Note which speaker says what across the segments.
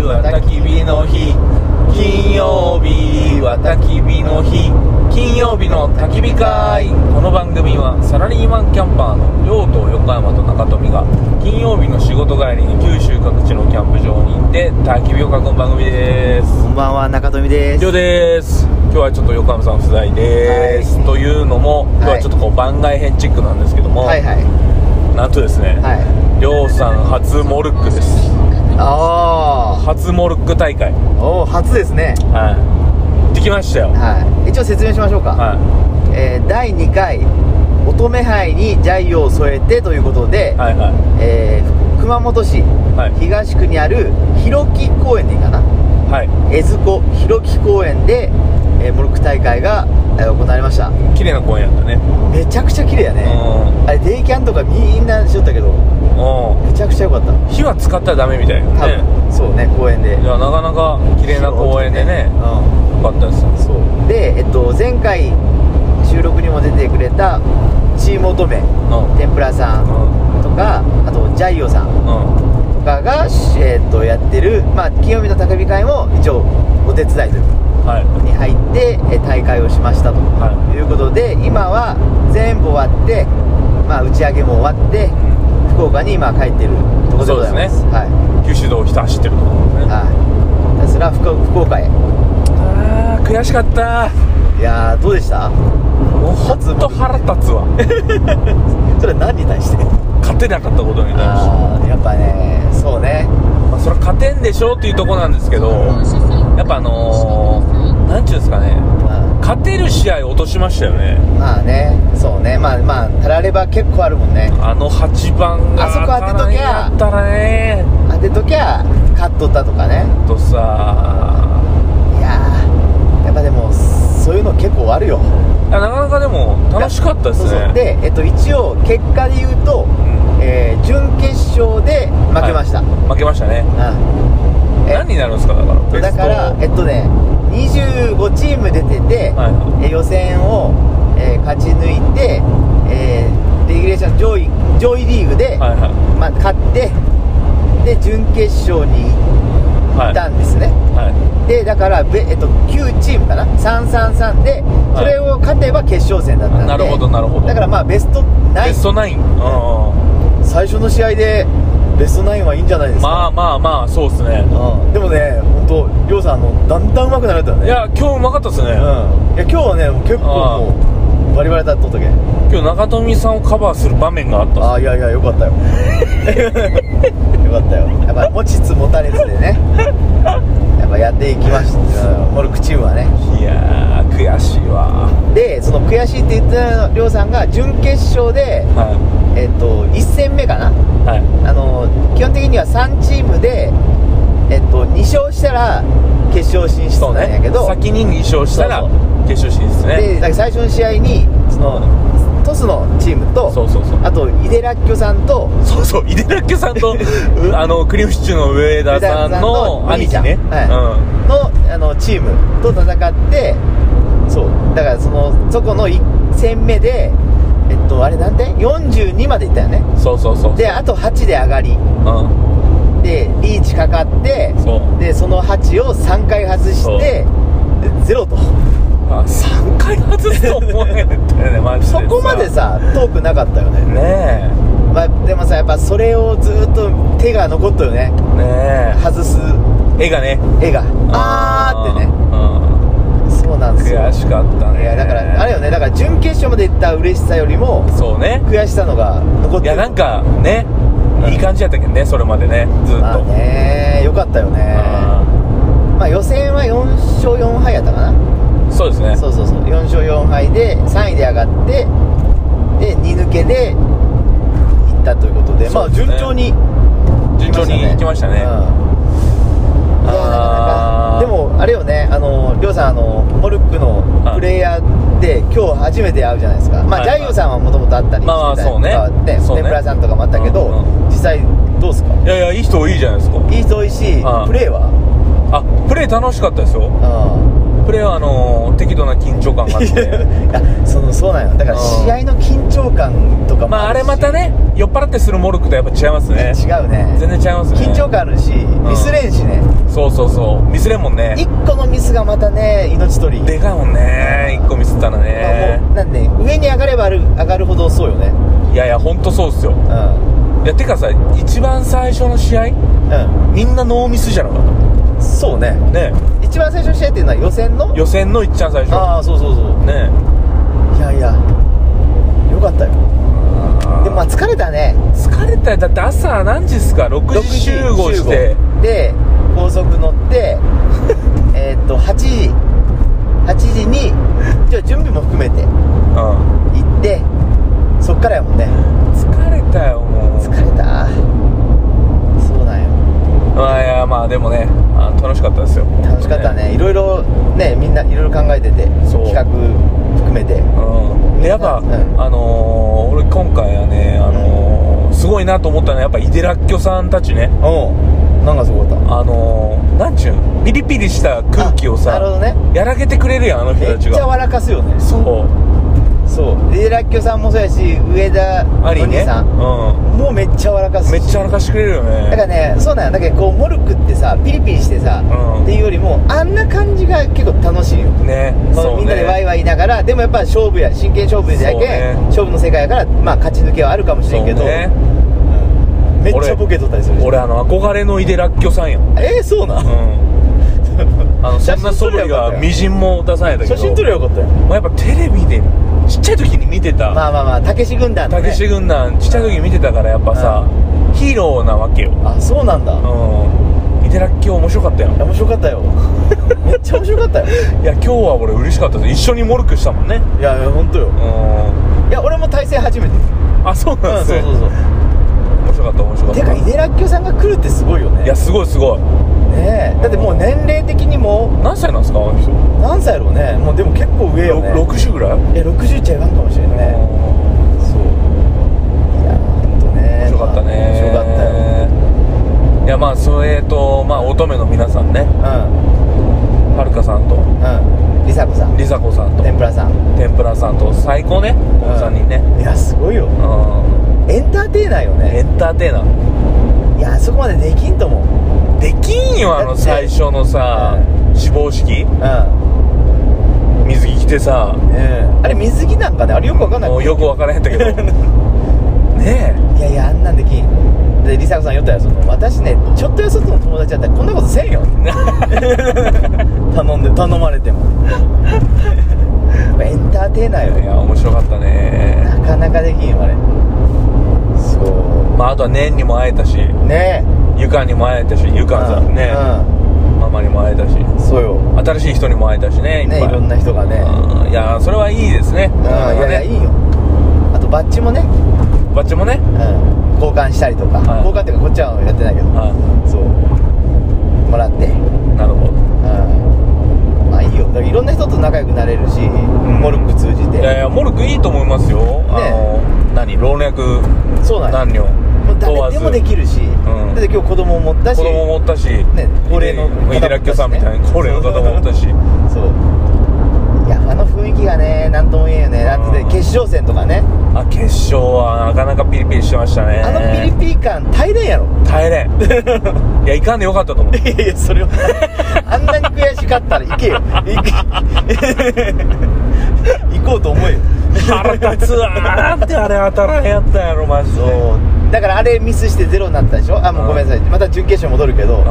Speaker 1: 焚き火の日金曜日は焚き火の日金曜日の焚き火会この番組はサラリーマンキャンパーの両党横山と中富が金曜日の仕事帰りに九州各地のキャンプ場に行って焚き火を囲む番組です
Speaker 2: こんばんは中富で
Speaker 1: り
Speaker 2: す
Speaker 1: ょうです今日はちょっと横山さん不在です、
Speaker 2: はい
Speaker 1: というのも今日はちょっとこう番外編チックなんですけども、
Speaker 2: はいはい
Speaker 1: なんとですね、
Speaker 2: はい
Speaker 1: りょうさん初モルックです
Speaker 2: あ
Speaker 1: 初モルック大会
Speaker 2: あおお初ですね
Speaker 1: はいできましたよ
Speaker 2: はい一応説明しましょうか、
Speaker 1: は
Speaker 2: えー第2回乙女杯にジャイを添えてということで、
Speaker 1: いはいは
Speaker 2: えー熊本市
Speaker 1: いはい
Speaker 2: 東区にある弘樹公園でいいかな
Speaker 1: は
Speaker 2: 江津湖弘樹公園で、えーモルック大会が、えー行われました
Speaker 1: い綺麗な公園やったね
Speaker 2: めちゃくちゃ綺麗や
Speaker 1: う
Speaker 2: ね、あれデイキャンとかみんなしとったけど
Speaker 1: んうん
Speaker 2: めちゃくちゃ良かった
Speaker 1: 火は使ったらダメみたい
Speaker 2: 多
Speaker 1: なね
Speaker 2: 分、そうね公園で
Speaker 1: いやなかなか綺麗な公園でね
Speaker 2: うん
Speaker 1: よかったです
Speaker 2: そうで、えっと、前回収録にも出てくれたチーム乙女
Speaker 1: うん
Speaker 2: 天ぷらさん
Speaker 1: うん
Speaker 2: とかあとジャイオさん
Speaker 1: うん
Speaker 2: とかが、えっと、やってる、まあ、金曜日の高火会も一応お手伝いというか
Speaker 1: はい
Speaker 2: に入ってえ大会をしましたと
Speaker 1: は
Speaker 2: いうことで今は全部終わって、まあ、打ち上げも終わっ
Speaker 1: い、
Speaker 2: て
Speaker 1: う
Speaker 2: 福岡に今帰ってるところでございます
Speaker 1: そうですね
Speaker 2: はい
Speaker 1: ん、九州道をひた走ってるところですね
Speaker 2: はいひたすら福福岡へ
Speaker 1: あー悔しかった
Speaker 2: いやーどうでした
Speaker 1: もうほんと腹立つわ
Speaker 2: それ何に対して
Speaker 1: 勝てなかったことに対して
Speaker 2: あーやっぱねそうね
Speaker 1: まあ、それは勝てんでしょうっていうところなんですけどやっぱあのー、なんちゅうんですかね
Speaker 2: ま
Speaker 1: 勝てる試合を落としましたよね
Speaker 2: あまあねそうねまあまあたられば結構あるもんね
Speaker 1: あの8番が
Speaker 2: あそこ当てときゃ
Speaker 1: 当たらんやったらね
Speaker 2: 当てときゃ勝っとったとかね
Speaker 1: とさ
Speaker 2: いやーやっぱでもそういうの結構あるよ
Speaker 1: いやなかなかでも楽しかったですね
Speaker 2: そうそうで、えっと、一応結果で言うと、
Speaker 1: うん
Speaker 2: えー準決勝で負けました、
Speaker 1: 負けましたね
Speaker 2: うんえ
Speaker 1: 何になるんですかだからベス
Speaker 2: だ
Speaker 1: ト
Speaker 2: からえっとね25チーム出てて、
Speaker 1: はいは
Speaker 2: えー予選を、えー勝ち抜いて、えーレギュレーション上位上位リーグで、
Speaker 1: いはいは
Speaker 2: まあ、勝ってで準決勝に行
Speaker 1: い
Speaker 2: っ
Speaker 1: は
Speaker 2: たんですね、
Speaker 1: いは
Speaker 2: でだから、べえっと、9チームかな333で
Speaker 1: い
Speaker 2: それを勝てば決勝戦だったんで、
Speaker 1: なるほどなるほど
Speaker 2: だからまあベスト
Speaker 1: いベス
Speaker 2: 9
Speaker 1: トナインうん
Speaker 2: 最初の試合でベスト9はいいんじゃないですか
Speaker 1: まあまあまあそうですね
Speaker 2: うんでもね本当りょうさんあのだんだん上手くなられたよね
Speaker 1: いや今日うまかったですね、
Speaker 2: うん、いや今日はね
Speaker 1: あ
Speaker 2: 結構もうバリバリだったとけ
Speaker 1: 今日中富さんをカバーする場面があった
Speaker 2: ああいやいやよかったよよかったよやっぱ持ちつ持たれつでねやっぱやっていきましたモルクチームはね
Speaker 1: いやー悔しいわ
Speaker 2: でその悔しいって言ってたりょうさんが準決勝で
Speaker 1: は
Speaker 2: えっと1戦目かない
Speaker 1: はい
Speaker 2: あの基本的には3チームでえっと2勝したら決勝進出
Speaker 1: そう
Speaker 2: なん
Speaker 1: ね
Speaker 2: やけど、
Speaker 1: 先に2勝したら
Speaker 2: そう
Speaker 1: 決勝進出ね
Speaker 2: でだから最初の試合にそのトスのチームと
Speaker 1: そうそうそう
Speaker 2: あと井出らっきょさんと
Speaker 1: そうそう井出らっきょさん とあのクリームシチューの上田さんの兄
Speaker 2: 上
Speaker 1: 貴
Speaker 2: 田さ
Speaker 1: ね、
Speaker 2: んの兄ちゃんはのあのチームと戦ってそうだからそのそこの1戦目でえっとあれなんて42までいったよね
Speaker 1: うんそうそうそう
Speaker 2: であと8で上がり
Speaker 1: うん
Speaker 2: でリーチかかって
Speaker 1: そう
Speaker 2: でその8を3回外してゼロと
Speaker 1: あ3回外すと思えへんったよねマジで
Speaker 2: そ
Speaker 1: さ
Speaker 2: こまでさトークなかったよね、
Speaker 1: ね
Speaker 2: まあ、でもさやっぱそれをずっと手が残ったよね
Speaker 1: えね
Speaker 2: 外す
Speaker 1: え絵がね
Speaker 2: 絵があーってね
Speaker 1: ね
Speaker 2: そうなんですよ
Speaker 1: 悔しかったね
Speaker 2: いやだからあれよねだから準決勝まで行った嬉しさよりも
Speaker 1: そうね
Speaker 2: 悔しさのが残っ
Speaker 1: い
Speaker 2: てる
Speaker 1: やなんかねいい感じやったけどねそれまでねずっと
Speaker 2: まあねよかったよねまあ予選は4勝4敗やったかな
Speaker 1: うんそうですね
Speaker 2: そうそうそう4勝4敗で3位で上がってで2抜けで行ったということでま
Speaker 1: そう
Speaker 2: あ
Speaker 1: ですね
Speaker 2: 順調に
Speaker 1: 順調にいきましたね
Speaker 2: うんいやなかな
Speaker 1: あー
Speaker 2: かでもあれよねあのりょうさんあのモルックのプレイヤーで今日初めて会うじゃないですかま
Speaker 1: は
Speaker 2: あ
Speaker 1: い
Speaker 2: ジ
Speaker 1: はい
Speaker 2: ャイオさんはもともとあったりしてたりと
Speaker 1: まあまあそうね
Speaker 2: かね
Speaker 1: そうね
Speaker 2: 天ぷらさんとかもあったけど
Speaker 1: うん
Speaker 2: 実際どうですか
Speaker 1: いやいやいい人多いいじゃないですか
Speaker 2: いい人多いし
Speaker 1: うん
Speaker 2: プレーは
Speaker 1: あプレー楽しかったですよ
Speaker 2: うん
Speaker 1: プレーはあのー適度な緊張感があって
Speaker 2: あそのそうなんよだから
Speaker 1: うん
Speaker 2: 試合の緊張感とかもるし
Speaker 1: まああれまたね酔っ払ってするモルックとやっぱ違いますね
Speaker 2: 違うね
Speaker 1: 全然違いますね
Speaker 2: 緊張感あるしミスれんしね
Speaker 1: そうそうそうミスれんもんね
Speaker 2: 一個のミスがまたね命取り
Speaker 1: でかいもんね1個ミスったらね
Speaker 2: まあもうなんで上に上がればある上がるほどそうよね
Speaker 1: いやいやほんとそうっすよ
Speaker 2: うん
Speaker 1: いやてかさ一番最初の試合みんなノーミスじゃなかっ
Speaker 2: うんそうね
Speaker 1: たね
Speaker 2: 一番最初の試合っていうのは予選の
Speaker 1: 予選のいっちゃん最初
Speaker 2: ああそうそうそ
Speaker 1: ね
Speaker 2: ういやいやよかったよでもまあ疲れたね
Speaker 1: 疲れたよだって朝何時っすか6
Speaker 2: 6
Speaker 1: 時集合して
Speaker 2: で高速乗って えーっと8時8時にじゃあ準備も含めて
Speaker 1: うん
Speaker 2: 行ってそっからやもんね
Speaker 1: 疲れたよも
Speaker 2: 疲
Speaker 1: う
Speaker 2: れたそうなんよ
Speaker 1: まあいやまあでもねあの楽しかったですよ
Speaker 2: 楽しかったねいろいろねみんないろいろ考えてて
Speaker 1: そう
Speaker 2: 企画含めて
Speaker 1: うんでやっぱ、
Speaker 2: うん
Speaker 1: あのー俺今回はね、あのーすごいなと思ったのはやっぱイデラッキョさんたちね
Speaker 2: うんなんかすごかっ
Speaker 1: あのー、なんちゅうんピリピリした
Speaker 2: た
Speaker 1: 空気を
Speaker 2: あな
Speaker 1: さ
Speaker 2: るほどね
Speaker 1: やらけてくれるやんあの人
Speaker 2: め
Speaker 1: た
Speaker 2: っ
Speaker 1: ち
Speaker 2: ちゃ
Speaker 1: が
Speaker 2: 笑かすよね
Speaker 1: そう
Speaker 2: そうでラッキョさんもそうやし上田
Speaker 1: あり
Speaker 2: お兄
Speaker 1: ね
Speaker 2: さん
Speaker 1: う
Speaker 2: もうめっちゃ笑か
Speaker 1: ん
Speaker 2: す
Speaker 1: めっちゃ笑かしてくれるよね
Speaker 2: だからねそうなんやだけどこうモルックってさピリピリしてさ、
Speaker 1: うん
Speaker 2: っていうよりもあんな感じが結構楽しいよ
Speaker 1: ね
Speaker 2: そのみんなでワイ
Speaker 1: イ
Speaker 2: ワイ言いながらでもやっぱ勝負や真剣勝負でやけ
Speaker 1: そ
Speaker 2: ん、
Speaker 1: うね
Speaker 2: 勝負の世界やからまあ勝ち抜けはあるかもしれんけど、
Speaker 1: ね
Speaker 2: うんめっちゃボケとったりするし
Speaker 1: 俺あの憧れのイデラッキョさんや んうん
Speaker 2: えー、そうなん、
Speaker 1: あのそんな素振りがみじんも出さないんだけど
Speaker 2: 写真撮ればよかったよ
Speaker 1: まあ、やっぱテレビでちっちゃい時に見てた、
Speaker 2: まあまあまあたけし軍団の
Speaker 1: た
Speaker 2: ね
Speaker 1: けし軍団ちっちゃい時に見てたからやっぱさ、ヒーローなわけよ
Speaker 2: あそうなんだ、
Speaker 1: うんイデラッキョ面白かったやん
Speaker 2: いや面白かった よめっちゃ面白かったよ
Speaker 1: いや今日は俺嬉しかったです一緒にモルックしたもんね
Speaker 2: いやいや本当よ
Speaker 1: う
Speaker 2: いや俺も対戦初めてうん
Speaker 1: んあそうなんです
Speaker 2: そう
Speaker 1: ね
Speaker 2: そうそう
Speaker 1: 面白かった面白かってた
Speaker 2: か井手らっきょさんが来るってすごいよね
Speaker 1: いやすごいすごい
Speaker 2: ねえだってもう年齢的にも
Speaker 1: 何歳なんですかあの人
Speaker 2: 何歳やろうねもうでも結構上よ、ね、
Speaker 1: ろ60ぐらい
Speaker 2: いや60ちゃいかんかもしれんね
Speaker 1: 面
Speaker 2: そう
Speaker 1: 白かったね
Speaker 2: いや本当ね面白かったよ
Speaker 1: いやまあそれとまあ乙女の皆さんねはるかさんと
Speaker 2: うんうんりさこさん
Speaker 1: りさこさんと
Speaker 2: 天ぷらさん
Speaker 1: 天ぷらさんと最高ねこの3人ね
Speaker 2: いやすごいよ
Speaker 1: うん
Speaker 2: エンターテイナーよ
Speaker 1: エ
Speaker 2: ね
Speaker 1: ンターテイナー
Speaker 2: いやあそこまでできんと思う
Speaker 1: できんよあの最初のさ死亡式
Speaker 2: うん
Speaker 1: 水着着てさ
Speaker 2: うんあれ水着なんかねあれよくわかんない
Speaker 1: もうよく分からへんやったけど ね
Speaker 2: いやいやあんなんできんでりさこさん言ったらその私ねちょっとやそっとの友達やったらこんなことせんよ頼んで頼まれてもやっぱエンターテイナーよ
Speaker 1: えいや面白かったね
Speaker 2: なかなかできんよあれそ
Speaker 1: まああとは年にも会えたし
Speaker 2: うね
Speaker 1: ゆかにも会えたしゆ
Speaker 2: え
Speaker 1: かさんねママにも会えたし
Speaker 2: うんそうよ
Speaker 1: 新しい人にも会えたしねいっぱ
Speaker 2: ね
Speaker 1: い
Speaker 2: いろんな人がね
Speaker 1: うんいやそれはいいですね
Speaker 2: うんいやいやいいよあとバッジもね、
Speaker 1: バッチもね
Speaker 2: うん、交換したりとか、
Speaker 1: はい
Speaker 2: 交換っていうかこっちはやってないけど
Speaker 1: は
Speaker 2: そうもらって
Speaker 1: いなるほど
Speaker 2: うんまあいいよだからいろんな人と仲良くなれるし、
Speaker 1: ん
Speaker 2: モルック通じて
Speaker 1: いやいやモルクいいと思いますよ、あの何老若
Speaker 2: そうなん
Speaker 1: 男女
Speaker 2: もう
Speaker 1: 問わ
Speaker 2: 誰
Speaker 1: ず
Speaker 2: でもできるし、
Speaker 1: ん
Speaker 2: だって今日子供も持ったし
Speaker 1: 子供もおったし、
Speaker 2: ね高齢の
Speaker 1: イデラッキョさんみたいに高齢の方もおったし
Speaker 2: そういやあの雰囲気がね何とも言えんよねだって
Speaker 1: うん
Speaker 2: 決勝戦とかね、
Speaker 1: あ決勝はなかなかピリピリしてましたね
Speaker 2: あのピリピリ感大変やろ
Speaker 1: 耐えれんいやいかんでよかったと思う
Speaker 2: いやいやそれは あんなに悔しかったら行けよ行け 行こうと思えよ
Speaker 1: 腹立つわーなんてあれ当たらへんやったやろマジで
Speaker 2: そうだからあれミスしてゼロになったでしょあもうごめんなさいまた準決勝戻るけど、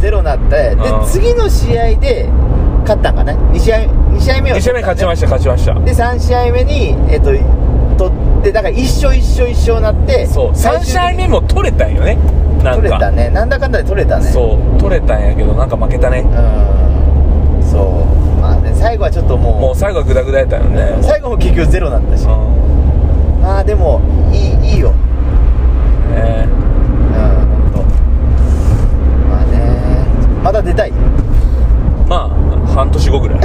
Speaker 2: ゼロになってで
Speaker 1: うん
Speaker 2: 次の試合で勝ったんかね2試合二試合目
Speaker 1: うん、2
Speaker 2: を
Speaker 1: 試合目勝ちま
Speaker 2: し
Speaker 1: した勝ちました
Speaker 2: で3試合目にえっと取ってだから1勝1勝1勝になって
Speaker 1: そう3試合目も取れたんよねなんか
Speaker 2: 取れたねなんだかんだで取れたねう
Speaker 1: そう取れたんやけどなんか負けたね
Speaker 2: んそうまあね最後はちょっともう
Speaker 1: もう最後はグダグダやったよね
Speaker 2: 最後も結局ゼロだったし
Speaker 1: うん
Speaker 2: まあでもいいいいよ
Speaker 1: ね
Speaker 2: うん本当。まあねまだ出たい
Speaker 1: まあ半年後ぐらい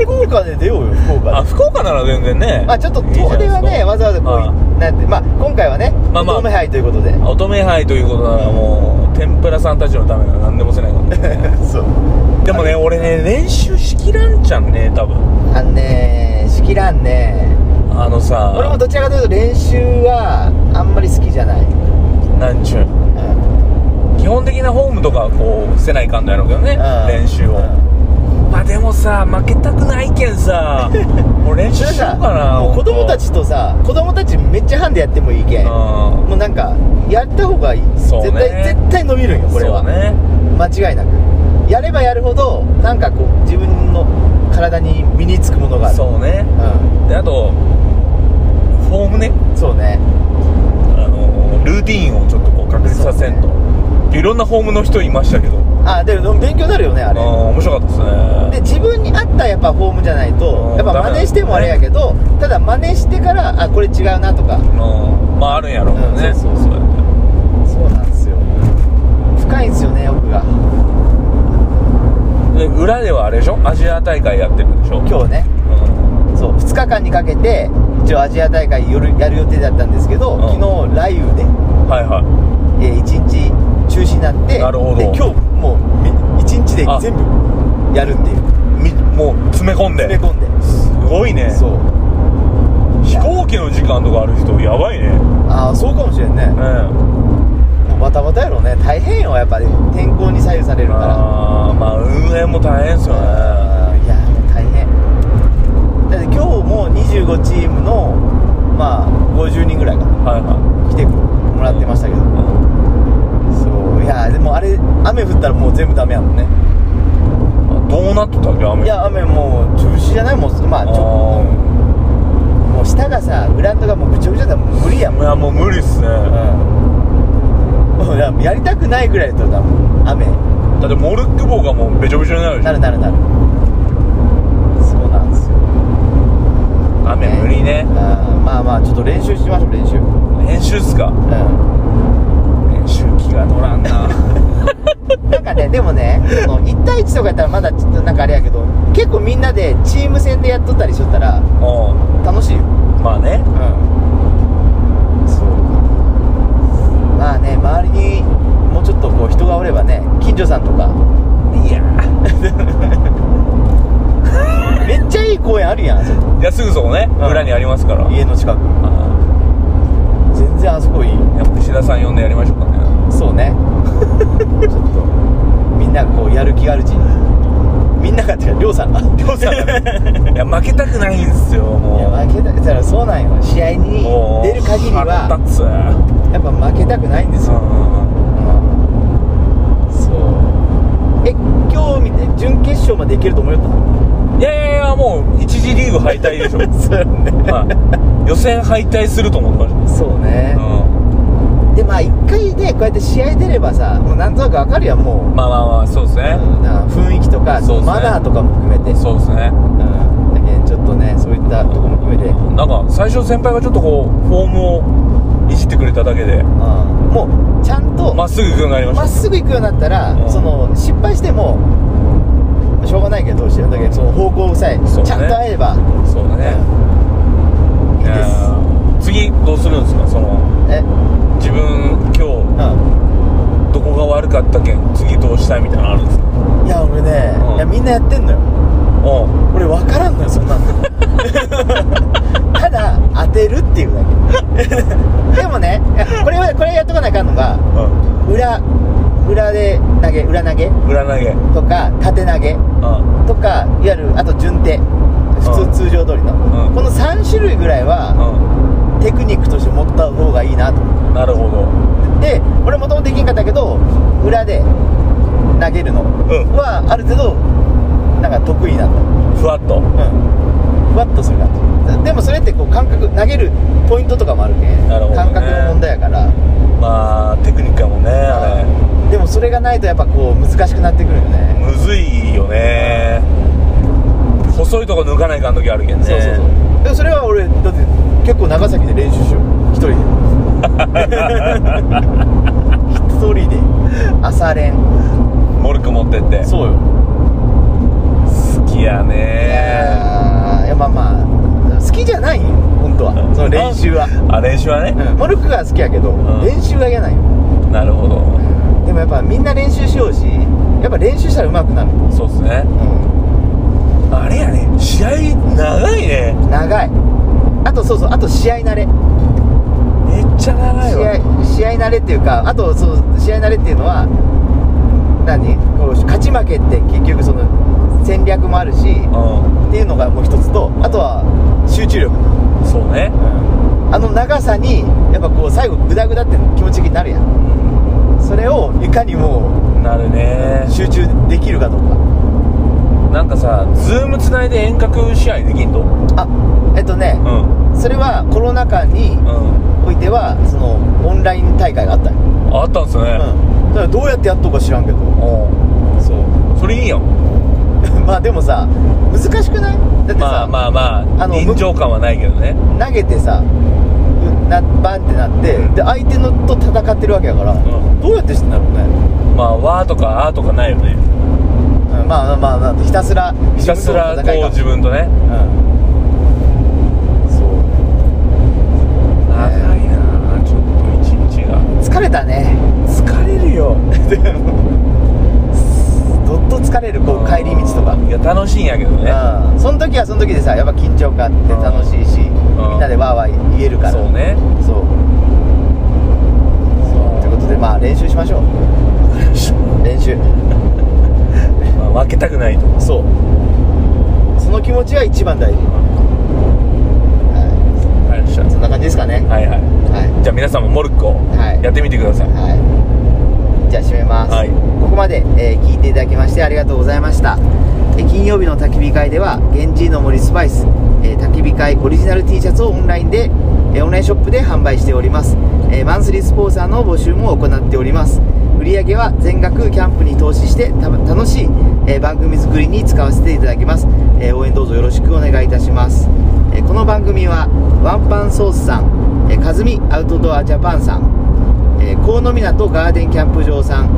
Speaker 2: 福岡で出ようよ福岡
Speaker 1: あ
Speaker 2: で
Speaker 1: 福岡なら全然ね
Speaker 2: まあちょっと
Speaker 1: いいじゃな
Speaker 2: 遠
Speaker 1: い
Speaker 2: 出
Speaker 1: です
Speaker 2: は
Speaker 1: か
Speaker 2: ねわざわざこうい
Speaker 1: ま
Speaker 2: なんてまあ今回はね
Speaker 1: まあまあ
Speaker 2: 乙女杯ということで
Speaker 1: あ乙女杯ということならもう天ぷらさんたちのためなら何でもせないから ね
Speaker 2: そう
Speaker 1: でもね俺ね練習しきらんじゃんね多分
Speaker 2: あのね仕切らんね
Speaker 1: あのさ
Speaker 2: 俺もどちらかというと練習はあんまり好きじゃない、うん
Speaker 1: なんちゅう基本的なフォームとかはこうせないかんのやろうけどね、
Speaker 2: うん
Speaker 1: 練習を、
Speaker 2: うん
Speaker 1: まあでもさ負けたくないけんさもう練習
Speaker 2: それ
Speaker 1: しよ
Speaker 2: さ
Speaker 1: うかな
Speaker 2: もう子供たちとさ子供たちめっちゃハンデやってもいいけん
Speaker 1: 本
Speaker 2: もうなんかやった方がいい、
Speaker 1: そうね
Speaker 2: 絶対絶対伸びるんよ
Speaker 1: 当うん
Speaker 2: これは、
Speaker 1: そうね
Speaker 2: 間違いなくやればやるほどなんかこう自分の体に身につくものがある
Speaker 1: そうね
Speaker 2: う
Speaker 1: であとフォームね
Speaker 2: ん、そうね
Speaker 1: あのルーティーンをちょっとこう確立させんと、
Speaker 2: そ
Speaker 1: いろんなフォームの人いましたけど
Speaker 2: あでも勉強になるよねあ
Speaker 1: あー
Speaker 2: れ
Speaker 1: 面白かった
Speaker 2: で
Speaker 1: ですね
Speaker 2: 自分に合ったやっぱフォームじゃないと
Speaker 1: うん
Speaker 2: やっぱ真似してもあれやけどただ真似してからあこれ違うなとか
Speaker 1: あのまああるんやろうけどね、
Speaker 2: うんそうそう
Speaker 1: そうやって
Speaker 2: そうなんですよ深いんですよね奥が
Speaker 1: で裏ではあれでしょアジア大会やってるでしょ
Speaker 2: 今日ね
Speaker 1: うん
Speaker 2: そう2日間にかけて一応アジア大会夜やる予定だったんですけど、
Speaker 1: うん
Speaker 2: 昨日雷雨で、
Speaker 1: はいは
Speaker 2: えー、1日中止になって
Speaker 1: なるほど
Speaker 2: で今日もう1日で
Speaker 1: あ
Speaker 2: 全部やるっていう
Speaker 1: いみもう詰め込んで
Speaker 2: 詰め込んで、
Speaker 1: すごいね
Speaker 2: そう
Speaker 1: 飛行機の時間とかある人やばいねね
Speaker 2: ああそうかもしれんねもうバタバタやろうね大変よやっぱり天候に左右されるから
Speaker 1: あーまあ運営も大変ですよね
Speaker 2: うんいやもう大変だって今日も25チームのまあ50人ぐらいか
Speaker 1: は
Speaker 2: な
Speaker 1: いは
Speaker 2: 来てもらってましたけど
Speaker 1: い、うん
Speaker 2: そういやでもあれ雨降ったらもう全部ダメやもんね
Speaker 1: あどうなっとったっけ雨
Speaker 2: いや雨もう中止じゃないもうまあ
Speaker 1: あ
Speaker 2: ちょ
Speaker 1: ー
Speaker 2: もう下がさグラウンドがもうぐちゃぐちゃだもう無理やもん
Speaker 1: いやもう無理っすね
Speaker 2: うんもうややりたくないぐらいだと多分雨
Speaker 1: だってモルック棒がもうべちょべちょになるでし
Speaker 2: な
Speaker 1: ょ
Speaker 2: るなるなるそうなんですよ
Speaker 1: 雨無理ね
Speaker 2: うんまあまあちょっと練習しましょう練習うん
Speaker 1: 練習っすか練習機が乗らんな
Speaker 2: なんかねでもねその1対1とかやったらまだちょっとなんかあれやけど結構みんなでチーム戦でやっとったりしとったら
Speaker 1: う
Speaker 2: 楽しいよ
Speaker 1: んまあね
Speaker 2: うんそうまあね周りにもうちょっとこう人がおればね近所さんとか
Speaker 1: いや
Speaker 2: めっちゃいい公園あるやんあそこ
Speaker 1: いやすぐそこね
Speaker 2: うん
Speaker 1: 裏にありますから
Speaker 2: 家の近く
Speaker 1: あ
Speaker 2: 全然あそこいい
Speaker 1: ーやっぱ石田さん呼んでやりましょうかね
Speaker 2: そうねちょっとみんなこうやる気があるうちにみんながっていうかりょうさんがりょうさんがね
Speaker 1: いや負けたくないんすよもう
Speaker 2: いや負けたくたらそうなんよ試合に
Speaker 1: もう
Speaker 2: 出る限り
Speaker 1: 腹
Speaker 2: は
Speaker 1: 立つう
Speaker 2: やっぱ負けたくないんですよ、
Speaker 1: ん
Speaker 2: そうえ今日見て準決勝までいけると思うよ
Speaker 1: いやいやいやもう一次リーグ敗退でしょ、
Speaker 2: そうね
Speaker 1: はい、予選敗退すると思った
Speaker 2: そうね、
Speaker 1: うん
Speaker 2: でまあ一回ねこうやって試合出ればさもうなんとなくわかるやんもう、
Speaker 1: まあまあまあそうですね、
Speaker 2: うんな雰囲気とか、
Speaker 1: そうっすね
Speaker 2: マナーとかも含めて
Speaker 1: そうですね
Speaker 2: うん、だけどちょっとねそういったとこも含めて、うん、
Speaker 1: なんか最初先輩がちょっとこうフォームをいじってくれただけで
Speaker 2: もうちゃんと
Speaker 1: まっすぐ行くようになりま
Speaker 2: まっ
Speaker 1: し
Speaker 2: すぐ行くようになったら、
Speaker 1: うん
Speaker 2: その失敗してもしょうがないけどどうしてるだけどその方向さえ、
Speaker 1: そうね
Speaker 2: ちゃんと合えば、
Speaker 1: たそうだね
Speaker 2: うんいい
Speaker 1: い
Speaker 2: です、
Speaker 1: やー次どうするんですかその
Speaker 2: え
Speaker 1: 自分今
Speaker 2: う
Speaker 1: 日どこが悪かったけん次どうしたいみたいなのあるんですか
Speaker 2: んいや俺ね、
Speaker 1: うん
Speaker 2: いやみんなやってんのよ
Speaker 1: うん
Speaker 2: 俺分からんのよそ んなのただ当てるっていう だけでもねいやこれはこれやっとかなあかんのが
Speaker 1: うん
Speaker 2: 裏裏で投げ裏投げ
Speaker 1: 裏投げ
Speaker 2: とか縦投げ
Speaker 1: うん
Speaker 2: とかいわゆるあと順手普
Speaker 1: うん
Speaker 2: 通通常通りの、
Speaker 1: うん
Speaker 2: この3種類ぐらいは
Speaker 1: う
Speaker 2: テクニックとして持った方がいいなと思
Speaker 1: んなるほど
Speaker 2: ってで俺もともとできんかったけど裏で投げるの
Speaker 1: うん
Speaker 2: はある程度なんか得意なんだ
Speaker 1: ふわっと
Speaker 2: うんふわっとする感じでもそれってこう感覚投げるポイントとかもあるけん
Speaker 1: なるほどね
Speaker 2: 感覚の問題やから
Speaker 1: まあテクニックやもんねあれ
Speaker 2: でもそれがないとやっぱこう難しくなってくるよね
Speaker 1: むずいよね細いとこ抜かないかん時あるけんね
Speaker 2: そうそうそうでもそれは俺だって結構長崎で練習しよう一人で 一人で朝 練
Speaker 1: モルク持ってって
Speaker 2: そうよ
Speaker 1: 好きや
Speaker 2: い
Speaker 1: ね
Speaker 2: やーいやまあまあ好きじゃないよ本当はその練習は
Speaker 1: あ練習はね
Speaker 2: うんモルックが好きやけど、
Speaker 1: ん
Speaker 2: 練習は嫌なんよ
Speaker 1: なるほど
Speaker 2: うんでもやっぱみんな練習しようしやっぱ練習したら上手くなる、
Speaker 1: そうですね
Speaker 2: う
Speaker 1: あれやね試合長いね
Speaker 2: ん、長いあとそうそうあと試合慣
Speaker 1: め
Speaker 2: れ
Speaker 1: っちゃ長い
Speaker 2: 試
Speaker 1: わ
Speaker 2: 合試合慣れっていうかあとそう試合慣れっていうのは何こう勝ち負けって結局その戦略もあるし
Speaker 1: う
Speaker 2: っていうのがもう一つとあとは集中力、
Speaker 1: んそうね
Speaker 2: あの長さにやっぱこう最後グダグダって気持ちになるやんそれをいかにも
Speaker 1: なるね
Speaker 2: 集中できるかどうか
Speaker 1: なんかさズームつないで遠隔試合できんの
Speaker 2: あえっとね
Speaker 1: うん
Speaker 2: それはコロナ禍に
Speaker 1: うん
Speaker 2: おいてはそのオンライン大会があったよ、
Speaker 1: あったんすね
Speaker 2: うん、だからどうやってやっとうか知らんけど
Speaker 1: う
Speaker 2: そう
Speaker 1: んそれいいやん
Speaker 2: まあでもさ難しくないだってさ、
Speaker 1: まあまあま
Speaker 2: あ
Speaker 1: あ
Speaker 2: の
Speaker 1: 臨場感はないけどね
Speaker 2: 投げてさうなバンってなってで相手のと戦ってるわけやから、
Speaker 1: ん
Speaker 2: どうやってしてんだろうね、
Speaker 1: まあ「わ」とか「あ」とかないよね
Speaker 2: うん、まあまあまあひたすら
Speaker 1: ひたすら
Speaker 2: 自分との戦い
Speaker 1: こう
Speaker 2: が
Speaker 1: 自分とね
Speaker 2: うんそう
Speaker 1: 長いなちょっと一日が
Speaker 2: 疲れたね
Speaker 1: 疲れるよ
Speaker 2: でも どっと疲れるこう帰り道とか
Speaker 1: いや楽しいんやけどね
Speaker 2: うんその時はその時でさやっぱ緊張感って楽しいし
Speaker 1: ん
Speaker 2: みんなでわーわー言えるから
Speaker 1: そうね
Speaker 2: そうということでまあ練習しましょう練習
Speaker 1: まあ負けたくないと
Speaker 2: そうその気持ちが一番大事、は
Speaker 1: はい
Speaker 2: い、そんな感じですかね
Speaker 1: はいはい
Speaker 2: はい
Speaker 1: じゃあ皆さんもモルック
Speaker 2: はい
Speaker 1: をやってみてください、
Speaker 2: はいじゃあ締めます、
Speaker 1: はい
Speaker 2: ここまで、えー聞いていただきましてありがとうございました、えー金曜日の焚き火会では「源氏の森スパイス」えー焚き火会オリジナル T シャツをオンラインで、えーオンラインショップで販売しております、えーマンスリースポンサーの募集も行っております売り上げは全額キャンプに投資してた楽しい、えー番組作りに使わせていただきます、えー応援どうぞよろしくお願いいたします、えーこの番組はワンパンソースさん、えー、かずみアウトドアジャパンさんえー、河野港ガーデンキャンプ場さん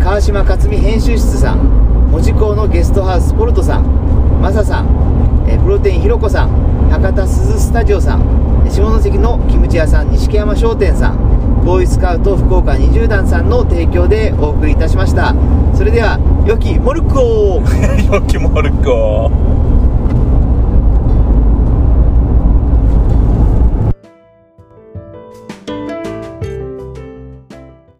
Speaker 2: 川島克美編集室さん門司港のゲストハウスポルトさんマサさん、えープロテインひろこさん博多鈴スタジオさんえー下関のキムチ屋さん錦山商店さんボーイスカウト福岡20段さんの提供でお送りいたしましたそれでは良きモルックを
Speaker 1: 良きモルックを